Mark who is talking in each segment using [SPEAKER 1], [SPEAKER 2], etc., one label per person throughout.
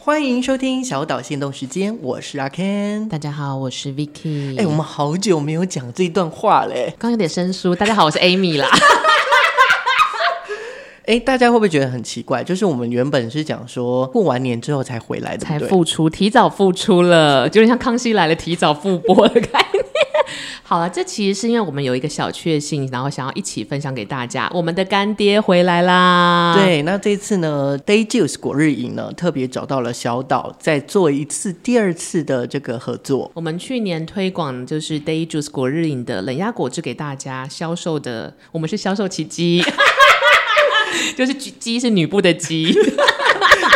[SPEAKER 1] 欢迎收听小岛行动时间，我是阿 Ken。
[SPEAKER 2] 大家好，我是 Vicky。
[SPEAKER 1] 哎、我们好久没有讲这段话哎嘞。
[SPEAKER 2] 刚有点生疏。大家好，我是 Amy 啦。
[SPEAKER 1] 哎、大家会不会觉得很奇怪？就是我们原本是讲说过完年之后才回来， 对
[SPEAKER 2] 才
[SPEAKER 1] 不对？
[SPEAKER 2] 复出，提早复出了，就有点像《康熙来了》提早复播的概念。 好了，这其实是因为我们有一个小确幸，然后想要一起分享给大家。我们的干爹回来啦！，
[SPEAKER 1] 对，那这次呢，Day Juice 果日饮呢，特别找到了小岛，再做一次第二次的这个合作。
[SPEAKER 2] 我们去年推广就是 Day Juice 果日饮的冷压果汁给大家销售的，我们是销售奇迹， 就是鸡鸡是女部的鸡。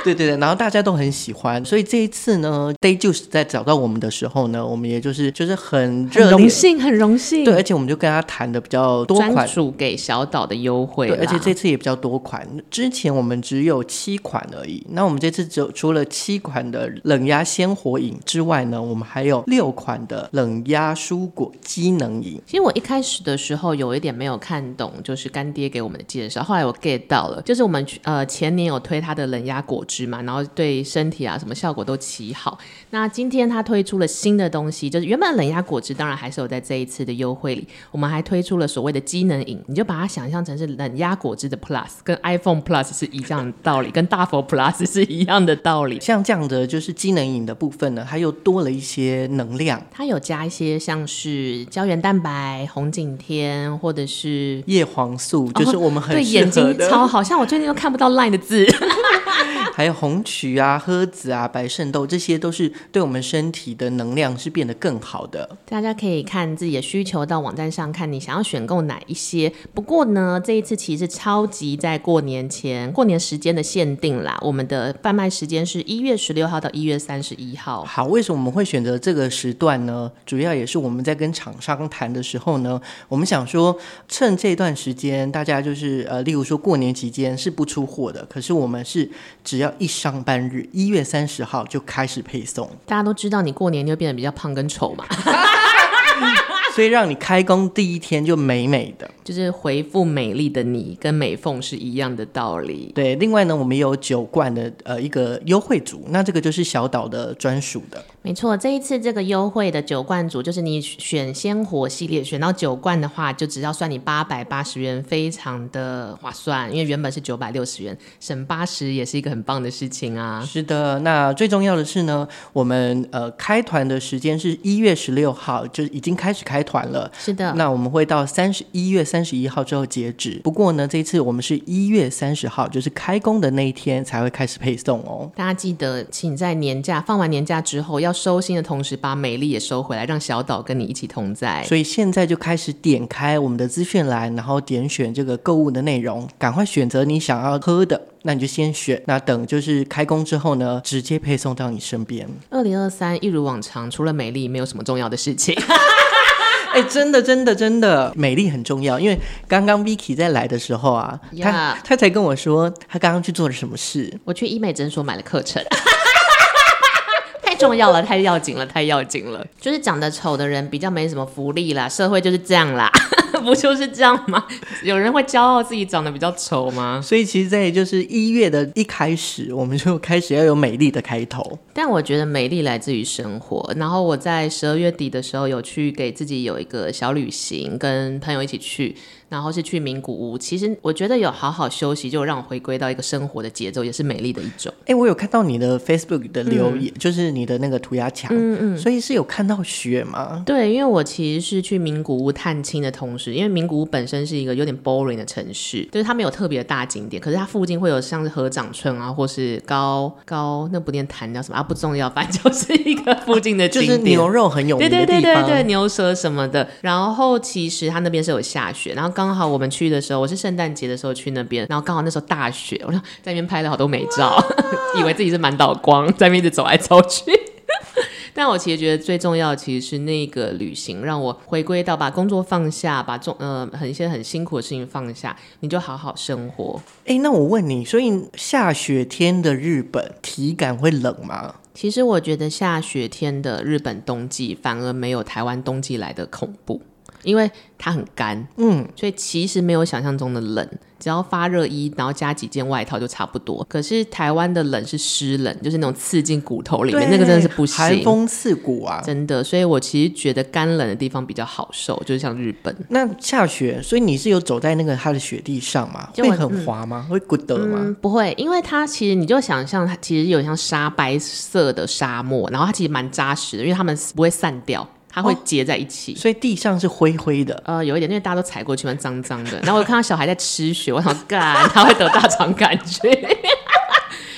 [SPEAKER 1] 对对对，然后大家都很喜欢，所以这一次呢，Day Juice 在找到我们的时候呢，我们也就是就是很
[SPEAKER 2] 很
[SPEAKER 1] 热
[SPEAKER 2] 荣
[SPEAKER 1] 烈，
[SPEAKER 2] 幸，很荣幸，
[SPEAKER 1] 对，而且我们就跟他谈的比较多款
[SPEAKER 2] 专属给小岛的优惠啦，
[SPEAKER 1] 对，而且这次也比较多款，之前我们只有七款而已。那我们这次只有除了七款的冷压鲜活饮之外呢，我们还有六款的冷压蔬果机能饮。
[SPEAKER 2] 其实我一开始的时候有一点没有看懂，就是干爹给我们的介绍，后来我 get 到了，就是我们去呃前年有推他的冷压果汁嘛，然后对身体啊什么效果都奇好。那今天他推出了新的东西，就是原本冷压果汁当然还是有在这一次的优惠里，我们还推出了所谓的机能饮，你就把它想象成是冷压果汁的 Plus，跟 iPhone Plus 是一样的道理，跟大佛 Plus 是一样的道理。
[SPEAKER 1] 像这样的就是机能饮的部分呢，它又多了一些能量。
[SPEAKER 2] 它有加一些像是胶原蛋白、红景天，或者是
[SPEAKER 1] 叶黄素就是我们很
[SPEAKER 2] 哦对
[SPEAKER 1] 适
[SPEAKER 2] 眼
[SPEAKER 1] 合
[SPEAKER 2] 睛
[SPEAKER 1] 的，
[SPEAKER 2] 超好，像我最近都看不到 LINE 的字。
[SPEAKER 1] 还有红曲啊、诃子啊、白肾豆，这些都是对我们身体的能量是变得更好的。
[SPEAKER 2] 大家可以看自己的需求，到网站上看你想要选购哪一些。不过呢，这一次其实超级在过年前、过年时间的限定啦，我们的贩卖时间是一月十六号到一月三十一号。
[SPEAKER 1] 好，为什么我们会选择这个时段呢？主要也是我们在跟厂商谈的时候呢，我们想说，趁这段时间，大家就是呃，例如说过年期间是不出货的，可是我们是只要一上班日，一月三十号就开始配送，
[SPEAKER 2] 大家都知道你过年就变得比较胖跟丑嘛，
[SPEAKER 1] 所以让你开工第一天就美美的。
[SPEAKER 2] 就是回复美丽的你跟美凤是一样的道理。
[SPEAKER 1] 对，另外呢，我们也有九罐的呃一个优惠组，那这个就是小岛的专属的。
[SPEAKER 2] 没错，这一次这个优惠的九罐组，就是你选鲜活系列，选到九罐的话，就只要算你八百八十元，非常的划算，因为原本是九百六十元，省八十也是一个很棒的事情啊。
[SPEAKER 1] 是的，那最重要的是呢，我们呃开团的时间是一月十六号，就已经开始开团了。
[SPEAKER 2] 是的，
[SPEAKER 1] 那我们会到三十一月三十一号之后截止。不过呢，这一次我们是一月三十号，就是开工的那一天才会开始配送哦。
[SPEAKER 2] 大家记得，请在年假放完年假之后，要收心的同时，把美丽也收回来，让小岛跟你一起同在。
[SPEAKER 1] 所以现在就开始点开我们的资讯栏，然后点选这个购物的内容，赶快选择你想要喝的，那你就先选。那等就是开工之后呢，直接配送到你身边。
[SPEAKER 2] 二零二三一如往常，除了美丽，没有什么重要的事情。
[SPEAKER 1] 哎、真的，真的，真的，美丽很重要。因为刚刚 Vicky 在来的时候啊，她
[SPEAKER 2] Yeah
[SPEAKER 1] 她才跟我说，她刚刚去做了什么事。
[SPEAKER 2] 我去医美诊所买了课程。 太重要了，太要紧了，太要紧了！就是长得丑的人比较没什么福利啦，社会就是这样啦， 不就是这样吗？有人会骄傲自己长得比较丑吗？
[SPEAKER 1] 所以其实，在就是一月的一开始，我们就开始要有美丽的开头。
[SPEAKER 2] 但我觉得美丽来自于生活。然后我在十二月底的时候有去给自己有一个小旅行，跟朋友一起去，然后是去名古屋。其实我觉得有好好休息，就让我回归到一个生活的节奏，也是美丽的一种。
[SPEAKER 1] 哎、我有看到你的 Facebook 的留
[SPEAKER 2] 嗯
[SPEAKER 1] 言，就是你的那个涂鸦墙，嗯嗯，所以是有看到雪吗？
[SPEAKER 2] 对，因为我其实是去名古屋探亲的同时，因为名古屋本身是一个有点 boring 的城市，就是它没有特别的大景点，可是它附近会有像是河长村啊，或是高高那不念潭叫什么啊，不重要，反正就是一个附近的景
[SPEAKER 1] 就
[SPEAKER 2] 点。
[SPEAKER 1] 是牛肉很有名
[SPEAKER 2] 对
[SPEAKER 1] 的
[SPEAKER 2] 对
[SPEAKER 1] 地
[SPEAKER 2] 对
[SPEAKER 1] 方，
[SPEAKER 2] 对对，牛舌什么的。然后其实它那边是有下雪，然后刚好我们去的时候，我是圣诞节的时候去那边，然后刚好那时候大雪，我说在那边拍了好多美 照，以为自己是满岛光，在那边一直走来走去。 但我其实觉得最重要的其实是那个旅行，让我回归到把工作放下，把重呃很一些很辛苦的事情放下，你就好好生活。
[SPEAKER 1] 哎、那我问你，所以下雪天的日本体感会冷吗？
[SPEAKER 2] 其实我觉得下雪天的日本冬季反而没有台湾冬季来的恐怖，因为它很干，
[SPEAKER 1] 嗯，
[SPEAKER 2] 所以其实没有想象中的冷。只要发热衣，然后加几件外套就差不多。可是台湾的冷是湿冷，就是那种刺进骨头里面，那个真的是不行。
[SPEAKER 1] 寒风刺骨啊！
[SPEAKER 2] 真的，所以我其实觉得干冷的地方比较好受，就是像日本。
[SPEAKER 1] 那下雪，所以你是有走在那个它的雪地上吗？
[SPEAKER 2] 就
[SPEAKER 1] 会
[SPEAKER 2] 我
[SPEAKER 1] 很滑吗？会滚的吗？
[SPEAKER 2] 嗯，不会，因为它其实你就想象它其实有点像沙白色的沙漠，然后它其实蛮扎实的，因为它们不会散掉，它会
[SPEAKER 1] 哦
[SPEAKER 2] 结在一起。
[SPEAKER 1] 所以地上是灰灰的。
[SPEAKER 2] 呃，有一点，因为大家都踩过去，蛮脏脏的。然后我看到小孩在吃雪，我想干，他会得大肠杆菌。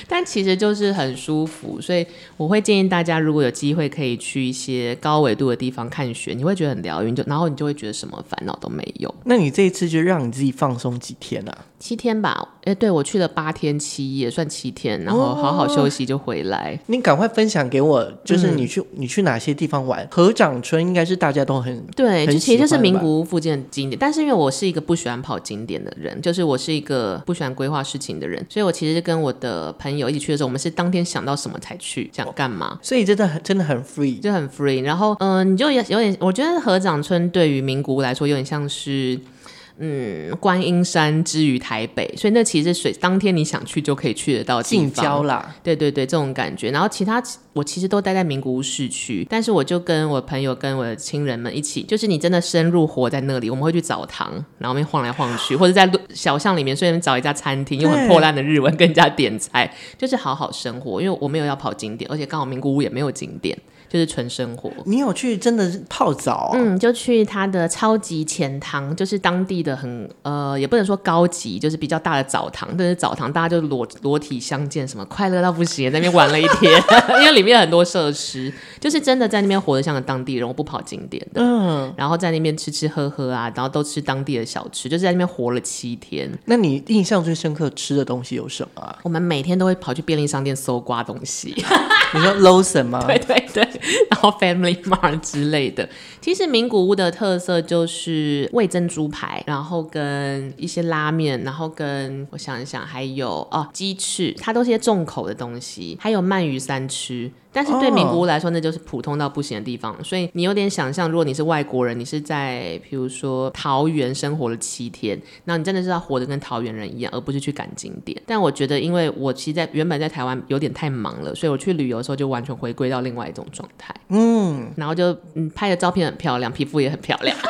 [SPEAKER 2] 但其实就是很舒服，所以我会建议大家，如果有机会可以去一些高纬度的地方看雪，你会觉得很疗愈，你就然后你就会觉得什么烦恼都没有。
[SPEAKER 1] 那你这一次就让你自己放松几天啊？
[SPEAKER 2] 七天吧，哦哎，对我去了八天七夜，算七天，然后好好休息就回来。
[SPEAKER 1] 你赶快分享给我，就是
[SPEAKER 2] 嗯
[SPEAKER 1] 你去、你去哪些地方玩？合掌村应该是大家都很
[SPEAKER 2] 对，
[SPEAKER 1] 很
[SPEAKER 2] 就其实就
[SPEAKER 1] 喜
[SPEAKER 2] 是
[SPEAKER 1] 欢
[SPEAKER 2] 名
[SPEAKER 1] 吧
[SPEAKER 2] 古屋附近的景点，但是因为我是一个不喜欢跑景点的人，就是我是一个不喜欢规划事情的人，所以我其实跟我的朋友一起去的时候，我们是当天想到什么才去，想干嘛。
[SPEAKER 1] 所以真的很真的很 free。
[SPEAKER 2] 就很 free，然后嗯、呃你就也有点，我觉得合掌村对于名古屋来说有点像是，嗯，观音山之于台北，所以那其实是水当天你想去就可以去得到的地
[SPEAKER 1] 近
[SPEAKER 2] 方
[SPEAKER 1] 郊啦，
[SPEAKER 2] 对对对，这种感觉。然后其他我其实都待在名古屋市区，但是我就跟我朋友、跟我的亲人们一起，就是你真的深入活在那里，我们会去澡堂，然后我们晃来晃去，或者在路小巷里面随便找一家餐厅，用很
[SPEAKER 1] 对
[SPEAKER 2] 破烂的日文跟人家点菜，就是好好生活。因为我没有要跑景点，而且刚好名古屋也没有景点，就是纯生活。
[SPEAKER 1] 你有去真的是泡澡、哦？
[SPEAKER 2] 嗯，就去它的超级钱塘，就是当地的很呃，也不能说高级，就是比较大的澡堂。但是澡堂大家就裸裸体相见，什么快乐到不行，在那边玩了一天， 因为里面很多设施，就是真的在那边活得像个当地人，我不跑景点的。嗯，然后在那边吃吃喝喝啊，然后都吃当地的小吃，就是在那边活了七天。
[SPEAKER 1] 那你印象最深刻吃的东西有什么啊、
[SPEAKER 2] 我们每天都会跑去便利商店搜刮东西。
[SPEAKER 1] 你说 lotion 吗？
[SPEAKER 2] 对对对， 然后 Family Mart 之类的。其实名古屋的特色就是味珍猪排，然后跟一些拉面，然后跟我想一想，还有哦鸡翅，它都是一些重口的东西，还有鳗鱼三吃。但是对名古屋来说，那就是普通到不行的地方。所以你有点想象，如果你是外国人，你是在譬如说桃园生活了七天，那你真的是要活得跟桃园人一样，而不是去赶景点。但我觉得，因为我其实在原本在台湾有点太忙了，所以我去旅游的时候就完全回归到另外一种状态。嗯，然后就嗯拍的照片很漂亮，皮肤也很漂亮。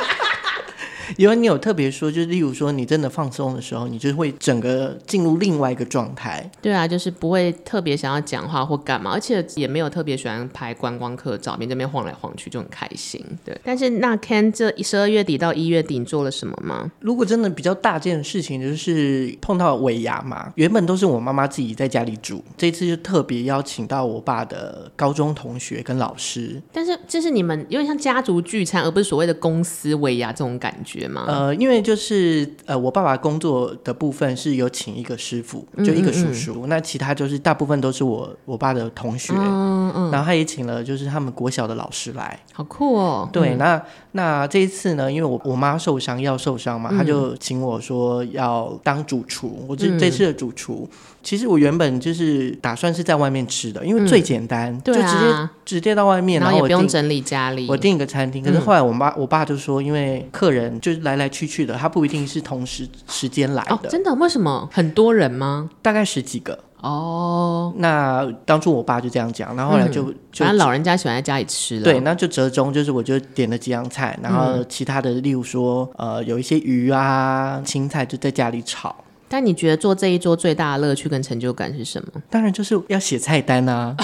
[SPEAKER 1] 因为你有特别说，就是例如说你真的放松的时候，你就会整个进入另外一个状态。
[SPEAKER 2] 对啊，就是不会特别想要讲话或干嘛，而且也没有特别喜欢拍观光客照片，这边晃来晃去就很开心。对，但是那 Ken 这十二月底到一月底你做了什么吗？
[SPEAKER 1] 如果真的比较大件事情，就是碰到尾牙嘛，原本都是我妈妈自己在家里煮，这次就特别邀请到我爸的高中同学跟老师，
[SPEAKER 2] 但是这是你们有点像家族聚餐，而不是所谓的公司尾牙这种感觉吗？
[SPEAKER 1] 呃，因为就是呃，我爸爸工作的部分是有请一个师傅，
[SPEAKER 2] 嗯
[SPEAKER 1] 就一个叔叔，那其他就是大部分都是我我爸的同学，
[SPEAKER 2] 嗯嗯，
[SPEAKER 1] 然后他也请了就是他们国小的老师来。
[SPEAKER 2] 好酷哦！
[SPEAKER 1] 对，那那这一次呢，因为我我妈受伤要受伤嘛，
[SPEAKER 2] 嗯
[SPEAKER 1] 她就请我说要当主厨。我这、这次的主厨，其实我原本就是打算是在外面吃的，因为最简单，就
[SPEAKER 2] 对
[SPEAKER 1] 直
[SPEAKER 2] 啊
[SPEAKER 1] 接直接到外面，
[SPEAKER 2] 然
[SPEAKER 1] 然
[SPEAKER 2] 后
[SPEAKER 1] 后
[SPEAKER 2] 也
[SPEAKER 1] 我
[SPEAKER 2] 不
[SPEAKER 1] 订
[SPEAKER 2] 用整理家里。
[SPEAKER 1] 我订一个餐厅。可
[SPEAKER 2] 嗯
[SPEAKER 1] 是后来我妈我爸就说，因为客人就是来来去去的，他不一定是同时时间来
[SPEAKER 2] 哦，
[SPEAKER 1] 的，
[SPEAKER 2] 真的？为什么很多人吗？
[SPEAKER 1] 大概十几个。
[SPEAKER 2] 哦，嗯
[SPEAKER 1] 那当初我爸就这样讲，然后后来就、就
[SPEAKER 2] 反正老人家喜欢在家里吃了。嗯
[SPEAKER 1] 对，，那就折中，就是我就点了几样菜，然后其他的，例如说，呃，有一些鱼啊、青菜就在家里炒。
[SPEAKER 2] 但你觉得做这一桌最大的乐趣跟成就感是什么？
[SPEAKER 1] 当然就是要写菜单啊，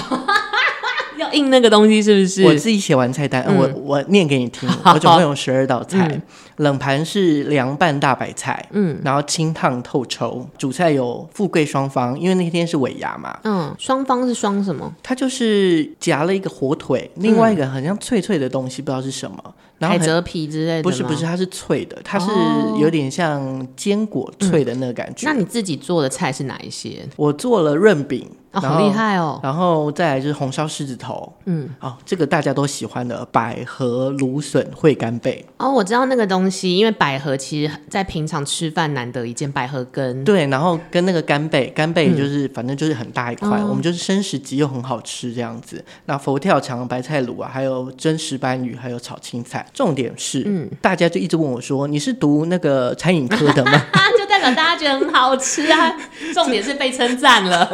[SPEAKER 2] 要印那个东西是嗯不
[SPEAKER 1] 我
[SPEAKER 2] 是？
[SPEAKER 1] 自己写完菜单，呃我我念给你 听。我总共有十二道菜，
[SPEAKER 2] 嗯
[SPEAKER 1] 冷盘是凉拌大白菜，嗯，然后清烫透抽，主菜有富贵双方，因为那天是尾牙嘛，
[SPEAKER 2] 嗯，双方是双什么？
[SPEAKER 1] 它就是夹了一个火腿，另外一个很像脆脆的东西，不知道是什么，然后
[SPEAKER 2] 海
[SPEAKER 1] 很
[SPEAKER 2] 蜇皮之类的？哦
[SPEAKER 1] 不是不是，。它是脆的，它是有点像坚果脆的那个感觉。
[SPEAKER 2] 那你自己做的菜是哪一些？
[SPEAKER 1] 我做了润饼，
[SPEAKER 2] 哦，
[SPEAKER 1] 然
[SPEAKER 2] 好
[SPEAKER 1] 后
[SPEAKER 2] 厉害哦！
[SPEAKER 1] 然后再来就是红烧狮子头，嗯，哦，这个大家都喜欢的百合芦笋烩干贝，
[SPEAKER 2] 哦，我知道那个东西，因为百合其实在平常吃饭难得一见，百合根。
[SPEAKER 1] 对，然后跟那个干贝，干
[SPEAKER 2] 嗯
[SPEAKER 1] 贝就是、反正就是很大一块，我
[SPEAKER 2] 哦
[SPEAKER 1] 们就是生食级又很好吃这样子。那佛跳墙、白菜卤啊，还有蒸石斑鱼，还有炒
[SPEAKER 2] 嗯
[SPEAKER 1] 青菜。重点是，大家就一直问我说：“你是读那个餐饮科的吗？”
[SPEAKER 2] 啊，就代了，大家觉得很好吃啊。重点是被称赞了。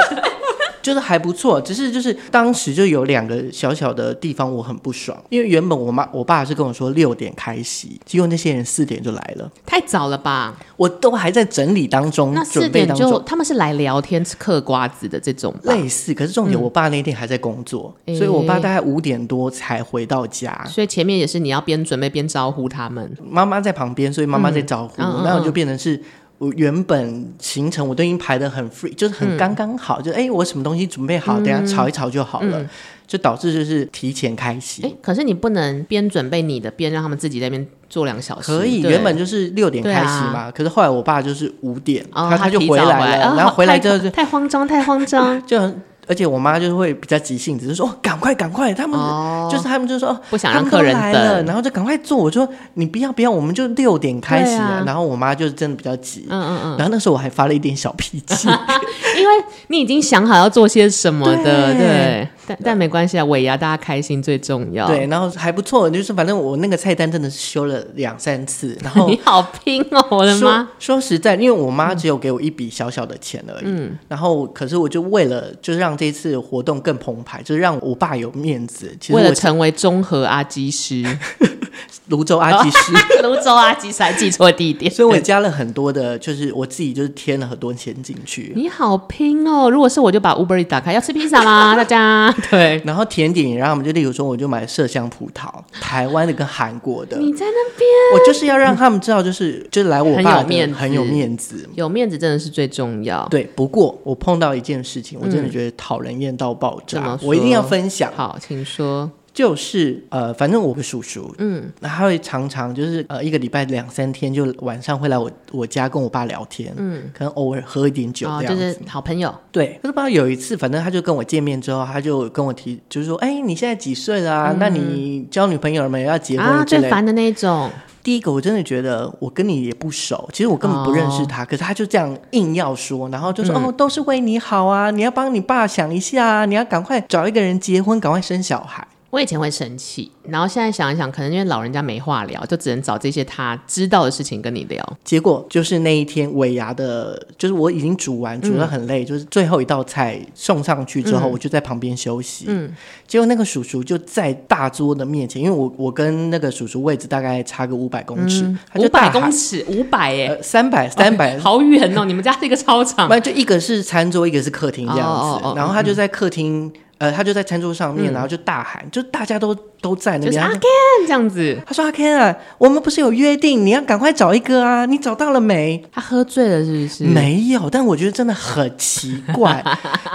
[SPEAKER 1] 就是还不错，只是就是当时就有两个小小的地方我很不爽，因为原本我妈我爸是跟我说六点开席，结果那些人四点就来了，
[SPEAKER 2] 太早了吧？
[SPEAKER 1] 我都还在整理当中
[SPEAKER 2] 那，四
[SPEAKER 1] 准备
[SPEAKER 2] 点
[SPEAKER 1] 当
[SPEAKER 2] 就
[SPEAKER 1] 中。
[SPEAKER 2] 他们是来聊天、吃嗑瓜子的这种吧？
[SPEAKER 1] 类似，可是重点，我爸那天还在工作，
[SPEAKER 2] 嗯诶
[SPEAKER 1] 所以我爸大概五点多才回到家。
[SPEAKER 2] 所以前面也是你要边准备边招呼他们。
[SPEAKER 1] 妈妈在旁边，所以妈妈在招呼，
[SPEAKER 2] 嗯嗯嗯
[SPEAKER 1] 那我就变成是。我原本行程我都已经排得很 free，就是很刚刚
[SPEAKER 2] 嗯
[SPEAKER 1] 好，就哎、我什么东西准备好，等一下炒一炒就好了，就导致就是提前开席。
[SPEAKER 2] 哎、可是你不能边准备你的边让他们自己在那边坐两小时。
[SPEAKER 1] 可以，
[SPEAKER 2] 哦对啊
[SPEAKER 1] 原本就是六点开席嘛，可是后来我爸就是五点，
[SPEAKER 2] 哦、
[SPEAKER 1] 他就
[SPEAKER 2] 提早
[SPEAKER 1] 回
[SPEAKER 2] 回
[SPEAKER 1] 来了，
[SPEAKER 2] 啊
[SPEAKER 1] 然后
[SPEAKER 2] 好
[SPEAKER 1] 回来
[SPEAKER 2] 太
[SPEAKER 1] 之后就。
[SPEAKER 2] 太慌张，太慌 张
[SPEAKER 1] 就很，而且我妈就会比较急性子，就说哦赶快赶快，他们
[SPEAKER 2] 哦
[SPEAKER 1] 就是他们就说哦
[SPEAKER 2] 不想
[SPEAKER 1] 他
[SPEAKER 2] 让
[SPEAKER 1] 们都
[SPEAKER 2] 客人
[SPEAKER 1] 来了，
[SPEAKER 2] 等。
[SPEAKER 1] 然后就赶快做，我说你不要不要，我们就六点开席
[SPEAKER 2] 对
[SPEAKER 1] 啊
[SPEAKER 2] 啊，
[SPEAKER 1] 然后我妈就真的比较急，
[SPEAKER 2] 嗯嗯嗯，
[SPEAKER 1] 然后那时候我还发了一点小脾 气，
[SPEAKER 2] 因为你已经想好要做些什么
[SPEAKER 1] 对
[SPEAKER 2] 的，对，但但没关系啊，尾牙大家开心最重要。
[SPEAKER 1] 对，，然后还不错，就是反正我那个菜单真的是修了两三次，然后
[SPEAKER 2] 你嗯好拼哦，我的
[SPEAKER 1] 说
[SPEAKER 2] 妈！
[SPEAKER 1] 说实在，因为我妈只有给我一笔小小的钱而已，
[SPEAKER 2] 嗯
[SPEAKER 1] 然后可是我就为了就是让这次活动更澎湃，就是让我爸有面子，其实
[SPEAKER 2] 为
[SPEAKER 1] 我
[SPEAKER 2] 了成为综合阿 基师，
[SPEAKER 1] 泸州阿基师。
[SPEAKER 2] 泸州阿基师还记错地点，
[SPEAKER 1] 所以我加了很多的，就是我自己就是添了很多钱进去，
[SPEAKER 2] 你好拼哦！如果是我就把 Uber Eats 打开，要吃披萨 吗？大家对，
[SPEAKER 1] 然后甜点也让他们就例如说，我就买麝香葡 萄，台湾的跟韩国的，
[SPEAKER 2] 你在那边
[SPEAKER 1] 我就是要让他们知道，就是就是来我
[SPEAKER 2] 很有
[SPEAKER 1] 爸的
[SPEAKER 2] 面子
[SPEAKER 1] 很有面子。
[SPEAKER 2] 有面子真的是最重要。
[SPEAKER 1] 对，不过我碰到一件事情，我真的觉得讨人厌到爆
[SPEAKER 2] 嗯怎
[SPEAKER 1] 炸
[SPEAKER 2] 么，
[SPEAKER 1] 我一定要
[SPEAKER 2] 说
[SPEAKER 1] 分享。
[SPEAKER 2] 好，请说。
[SPEAKER 1] 就是呃，反正我个叔叔，嗯，那他会常常就是呃，一个礼拜两三天就晚上会来我我家跟我爸聊天，嗯，可能偶尔喝一点酒
[SPEAKER 2] 哦
[SPEAKER 1] 这，样
[SPEAKER 2] 就
[SPEAKER 1] 子。
[SPEAKER 2] 是好朋友，
[SPEAKER 1] 对，可是不知道有一次，反正他就跟我见面之后，他就跟我提，就是说，哎、你现在几岁啦、那你交女朋友了没？要结婚
[SPEAKER 2] 啊，
[SPEAKER 1] 了之类的。
[SPEAKER 2] 最烦的那一种，
[SPEAKER 1] 第一个，我真的觉得我跟你也不熟，其实我根本不认识他，可是他就这样硬要说，然后就说、哦，都是为你好啊，你要帮你爸想一下啊，你要赶快找一个人结婚，赶快生小孩。
[SPEAKER 2] 我以前会生气，然后现在想一想，可能因为老人家没话聊，就只能找这些他知道的事情跟你聊。
[SPEAKER 1] 结果就是那一天尾牙的，就是我已经煮完，煮得很
[SPEAKER 2] 嗯
[SPEAKER 1] 累，就是最后一道菜送上去之后，我就在旁边休息。嗯，结果那个叔叔就在大桌的面前，因为我我跟那个叔叔位置大概差个五百公尺，他就
[SPEAKER 2] 嗯五
[SPEAKER 1] 大
[SPEAKER 2] 百
[SPEAKER 1] 喊
[SPEAKER 2] 公尺，五百耶，
[SPEAKER 1] 呃三百三百。
[SPEAKER 2] 好远哦！你们家是一个操 场
[SPEAKER 1] 不，然就一个是餐桌，一个是客厅这样子，
[SPEAKER 2] 哦哦哦嗯
[SPEAKER 1] 然后他就在客厅，呃，他就在餐桌上面，然后就大喊，就大家都都在那
[SPEAKER 2] 就是
[SPEAKER 1] 边，
[SPEAKER 2] 阿
[SPEAKER 1] 他
[SPEAKER 2] Ken
[SPEAKER 1] 就
[SPEAKER 2] 这样子。
[SPEAKER 1] 他说阿 Ken 啊，我们不是有约定，你要赶快找一个啊，你找到了没？
[SPEAKER 2] 他喝醉了是不是？
[SPEAKER 1] 没有，但我觉得真的很奇 怪，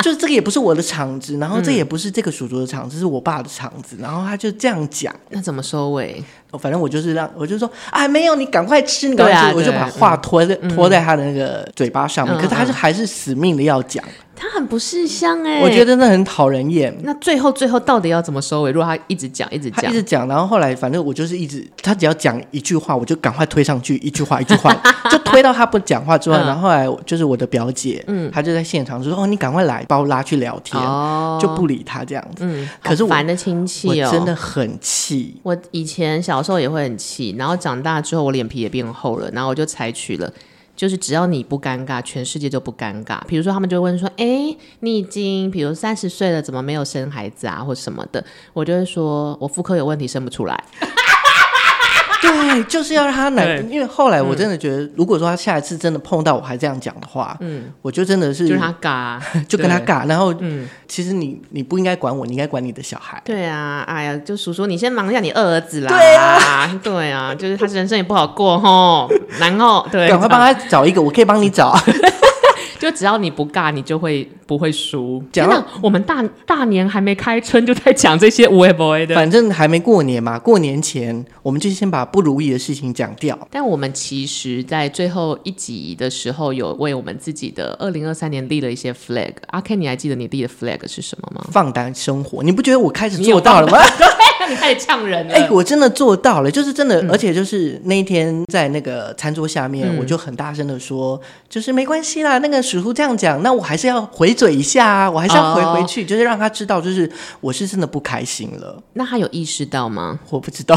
[SPEAKER 1] 就是这个也不是我的场子，然后这也不是这个叔叔的场子，是我爸的场子，然后他就这样讲，
[SPEAKER 2] 那怎么收尾？
[SPEAKER 1] 哦反正我就是让我就说啊，没有，你赶快吃，你赶快吃，
[SPEAKER 2] 对啊
[SPEAKER 1] 我就
[SPEAKER 2] 对
[SPEAKER 1] 把话拖在、拖在他的那个嘴巴上面，
[SPEAKER 2] 嗯
[SPEAKER 1] 可是他就还是死命的要讲，
[SPEAKER 2] 他很不识相哎，
[SPEAKER 1] 我觉得。真的很讨人厌。
[SPEAKER 2] 那最后最后到底要怎么收尾？如果他一直讲一直
[SPEAKER 1] 他
[SPEAKER 2] 讲
[SPEAKER 1] 一，直讲，然后后来反正我就是一直，他只要讲一句话，我就赶快推上去，一句话一句 话，就推到他不讲话之外，
[SPEAKER 2] 嗯
[SPEAKER 1] 然后后来就是我的表姐，嗯，她就在现场就说：“哦，你赶快来，把我拉去聊天。”
[SPEAKER 2] 哦，
[SPEAKER 1] 就不理他这样子。
[SPEAKER 2] 嗯，
[SPEAKER 1] 可是我
[SPEAKER 2] 好烦的亲
[SPEAKER 1] 我
[SPEAKER 2] 戚哦，
[SPEAKER 1] 真的很气，
[SPEAKER 2] 我以前小时候也会很气，然后长大之后我脸皮也变厚了，然后我就采取了。就是只要你不尴尬，全世界就不尴尬。比如说，他们就会问说：“哎、你已经比如三十岁了，怎么没有生孩子啊，或什么的？”我就会说：“我妇科有问题，生不出来。
[SPEAKER 1] 对，就是要让他难。
[SPEAKER 2] 对嗯
[SPEAKER 1] 因为后来我真的觉得，如果说他下一次真的碰到我还这样讲的话，嗯，我就真的”是
[SPEAKER 2] 就是他尬啊、
[SPEAKER 1] 就跟他
[SPEAKER 2] 对。嗯
[SPEAKER 1] 尬。然后，其实你你不应该管我，你应该管你的小孩。
[SPEAKER 2] 对啊，哎呀，就叔叔，你先忙一下你二儿子啦。
[SPEAKER 1] 对
[SPEAKER 2] 啊， 对啊，就是他人生也不好过吼，然后对，
[SPEAKER 1] 赶快帮他找一个，我可以帮你找。
[SPEAKER 2] 就只要你不尬，你就会不会输。
[SPEAKER 1] 讲
[SPEAKER 2] 天
[SPEAKER 1] 到
[SPEAKER 2] 哪，我们大大年还没开春就在讲这些无为不为 的。
[SPEAKER 1] 反正还没过年嘛，过年前我们就先把不如意的事情讲掉。
[SPEAKER 2] 但我们其实，在最后一集的时候，有为我们自己的二零二三年立了一些 flag。阿 Ken，你还记得你立的 flag 是什么吗？
[SPEAKER 1] 放胆生活，你不觉得我开始
[SPEAKER 2] 嗯你有
[SPEAKER 1] 做到了吗？
[SPEAKER 2] 那你开始呛人了。
[SPEAKER 1] 哎、 我真的做到了，就是真的，而且就是那一天在那个餐桌下面，我就很大声的说，就是没关系啦，那个叔叔这样讲，那我还是要回嘴一下啊，我还是要回
[SPEAKER 2] 哦
[SPEAKER 1] 回去，就是让他知道，就是我是真的不开心了，
[SPEAKER 2] 那他有意识到吗？
[SPEAKER 1] 我不知道，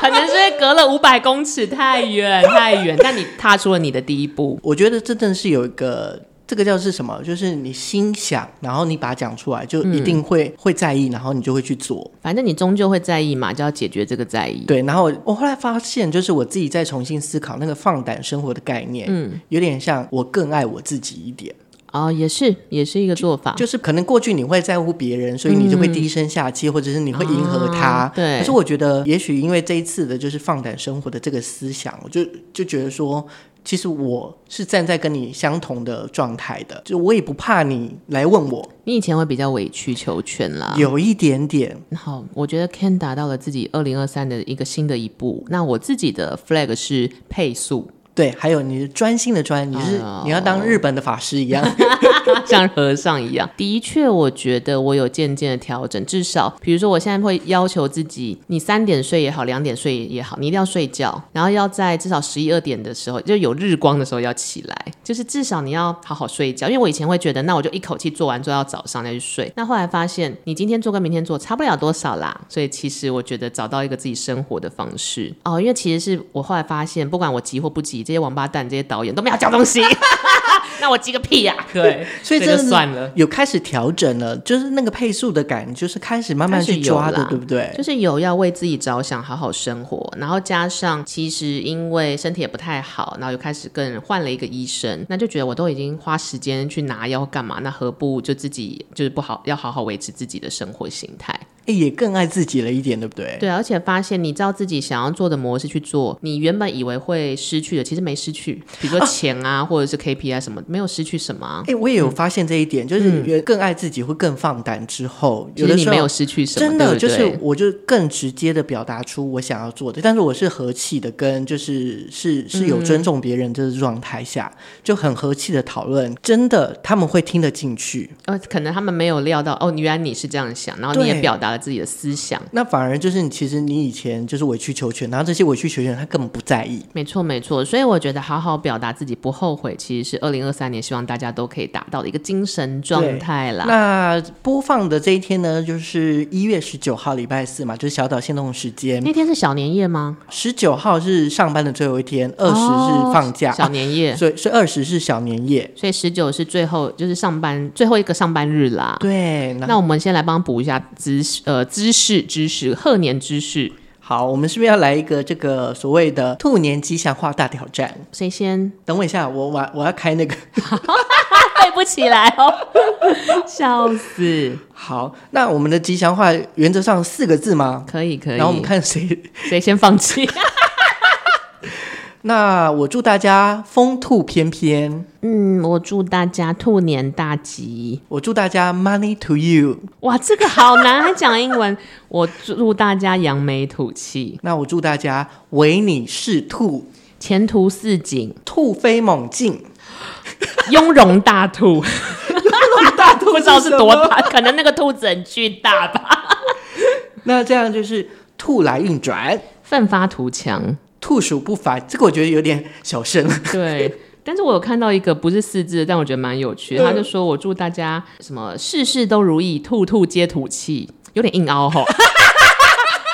[SPEAKER 2] 可能是因为隔了五百公尺太远太远，但你踏出了你的第一步。
[SPEAKER 1] 我觉得这真的是有一个。这个叫是什么？就是你心想，然后你把它讲出来，就一定会、会在意，然后你就会去做。
[SPEAKER 2] 反正你终究会在意嘛，就要解决这个在意。
[SPEAKER 1] 对，然后我我后来发现，就是我自己在重新思考那个放胆生活的概念，嗯，有点像我更爱我自己一点。
[SPEAKER 2] 哦，也是，也是一个做法。
[SPEAKER 1] 就是可能过去你会在乎别人，所以你就会低声下气，或者是你会迎合他。
[SPEAKER 2] 啊对
[SPEAKER 1] 可是我觉得，也许因为这一次的就是放胆生活的这个思想，我就就觉得说，其实我是站在跟你相同的状态的，就我也不怕你来问我，
[SPEAKER 2] 你以前会比较委曲求全啦。
[SPEAKER 1] 有一点点。
[SPEAKER 2] 好，我觉得 Ken 达到了自己二零二三的一个新的一步。那我自己的 flag 是配速，
[SPEAKER 1] 对，还有你是专心的专，你是、
[SPEAKER 2] 哦
[SPEAKER 1] 你要当日本的法师一 样，
[SPEAKER 2] 像和尚一样。的确，我觉得我有渐渐的调整，至少比如说，我现在会要求自己，你三点睡也好，两点睡也好，你一定要睡觉，然后要在至少十一二点的时候，就有日光的时候要起来，就是至少你要好好睡觉。因为我以前会觉得，那我就一口气做完，做到早上再去睡。那后来发现，你今天做跟明天做差不了多少啦，所以其实我觉得找到一个自己生活的方式哦，因为其实是我后来发现，不管我急或不急，这些王八蛋、这些导演都没有教东西。那我急个屁呀、对，
[SPEAKER 1] 所以
[SPEAKER 2] 这
[SPEAKER 1] 真
[SPEAKER 2] 就
[SPEAKER 1] 的
[SPEAKER 2] 算了。
[SPEAKER 1] 有开始调整了，就是那个配速的感，就是开始慢慢
[SPEAKER 2] 开始
[SPEAKER 1] 去抓
[SPEAKER 2] 有
[SPEAKER 1] 的
[SPEAKER 2] 啦，
[SPEAKER 1] 对不对？
[SPEAKER 2] 就是有要为自己着想，好好生活，然后加上其实因为身体也不太好，然后又开始跟人换了一个医生，那就觉得我都已经花时间去拿药干嘛，那何不就自己就是不好，要好好维持自己的生活形态。
[SPEAKER 1] 哎，也更爱自己了一点，对不对？
[SPEAKER 2] 对，而且发现你照自己想要做的模式去做，你原本以为会失去的，其实没失去，比如说钱啊，或者是 KPI 什么，没有失去什么啊、
[SPEAKER 1] 哎，我也有发现这一点，就是原更爱自己会更放胆之后，
[SPEAKER 2] 嗯其
[SPEAKER 1] 有
[SPEAKER 2] 实
[SPEAKER 1] 的
[SPEAKER 2] 你
[SPEAKER 1] 时
[SPEAKER 2] 没有
[SPEAKER 1] 候。
[SPEAKER 2] 失去什么，
[SPEAKER 1] 真的
[SPEAKER 2] 对不
[SPEAKER 1] 就
[SPEAKER 2] 对
[SPEAKER 1] 是，我就更直接的表达出我想要做的，但是我是和气的，跟就是是是有
[SPEAKER 2] 嗯
[SPEAKER 1] 尊重别人这个状态下，就很和气的讨论，真的他们会听得进去，
[SPEAKER 2] 呃，可能他们没有料到哦，原来你是这样想，然后你也
[SPEAKER 1] 对
[SPEAKER 2] 表达了自己的思想。
[SPEAKER 1] 那反而就是你其实你以前就是委曲求全，然后这些委曲求全他根本不在意，
[SPEAKER 2] 没错，没错，所以我觉得好好表达自己不后悔，其实是二零二三年希望大家都可以达到的一个精神状态啦。
[SPEAKER 1] 那播放的这一天呢，就是一月十九号，礼拜四嘛，就是小岛限动时间。
[SPEAKER 2] 那天是小年夜吗？
[SPEAKER 1] 十九号是上班的最后一天，二十
[SPEAKER 2] 哦
[SPEAKER 1] 是放假，
[SPEAKER 2] 小年夜，
[SPEAKER 1] 所以所以二十是小年夜。
[SPEAKER 2] 所以十九是最后，就是上班最后一个上班日啦。
[SPEAKER 1] 对，那
[SPEAKER 2] 那我们先来帮补一下知识，呃，知识知识，贺年知识。
[SPEAKER 1] 好，我们是不是要来一个这个所谓的兔年吉祥话大挑战？
[SPEAKER 2] 谁先
[SPEAKER 1] 等我一下，我我我要开那个。
[SPEAKER 2] 背不起来哦？,笑死！
[SPEAKER 1] 好，那我们的吉祥话原则上四个字吗？
[SPEAKER 2] 可以可以，
[SPEAKER 1] 然后我们看谁。
[SPEAKER 2] 谁先放弃？
[SPEAKER 1] 那我祝大家风兔翩翩，
[SPEAKER 2] 嗯，我祝大家兔年大吉。
[SPEAKER 1] 我祝大家 money to you。
[SPEAKER 2] 哇，这个好难，还讲英文。 我祝大家扬眉吐气，
[SPEAKER 1] 那我祝大家唯你是兔，
[SPEAKER 2] 前途似锦，
[SPEAKER 1] 兔飞猛进。
[SPEAKER 2] 雍容大 兔。
[SPEAKER 1] 大兔
[SPEAKER 2] 不知道是多大，可能那个兔子很巨大吧。
[SPEAKER 1] 那这样就是兔来运转，
[SPEAKER 2] 奋发图强，
[SPEAKER 1] 兔鼠不凡。这个我觉得有点小声。
[SPEAKER 2] 对。但是我有看到一个不是四字的，但我觉得蛮有趣的。他就说我祝大家什么事事都如意，兔兔皆吐气，有点硬 凹吼。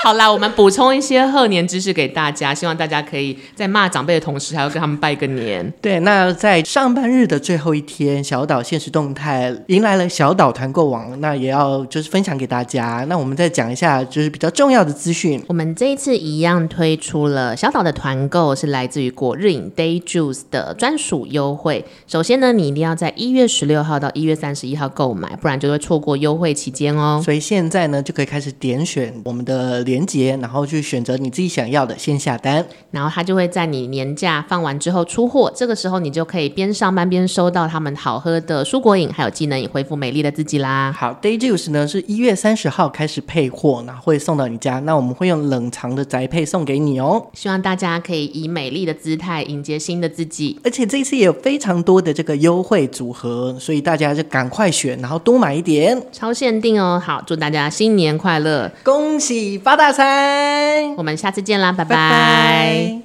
[SPEAKER 2] 好啦，我们补充一些贺年知识给大家，希望大家可以在骂长辈的同时，还要跟他们拜个年。
[SPEAKER 1] 对，那在上半日的最后一天，小岛现实动态迎来了小岛团购网，那也要就是分享给大家。那我们再讲一下就是比较重要的资讯。
[SPEAKER 2] 我们这一次一样推出了小岛的团购，是来自于果日饮 Day Juice 的专属优惠。首先呢，你一定要在一月十六号到一月三十一号购买，不然就会错过优惠期间哦。
[SPEAKER 1] 所以现在呢，就可以开始点选我们的连接，然后去选择你自己想要的，先下单。
[SPEAKER 2] 然后它就会在你年假放完之后出货，这个时候你就可以边上班边收到他们好喝的蔬果饮，还有技能饮，恢复美丽的自己啦。
[SPEAKER 1] 好，Day Juice 呢是一月三十号开始配货，然后会送到你家。那我们会用冷藏的宅配送给你哦。
[SPEAKER 2] 希望大家可以以美丽的姿态迎接新的自己。
[SPEAKER 1] 而且这一次也有非常多的这个优惠组合，所以大家就赶快选，然后多买一点。
[SPEAKER 2] 超限定哦！好，祝大家新年快乐！
[SPEAKER 1] 恭喜发大财！
[SPEAKER 2] 我们下次见啦，拜
[SPEAKER 1] 拜拜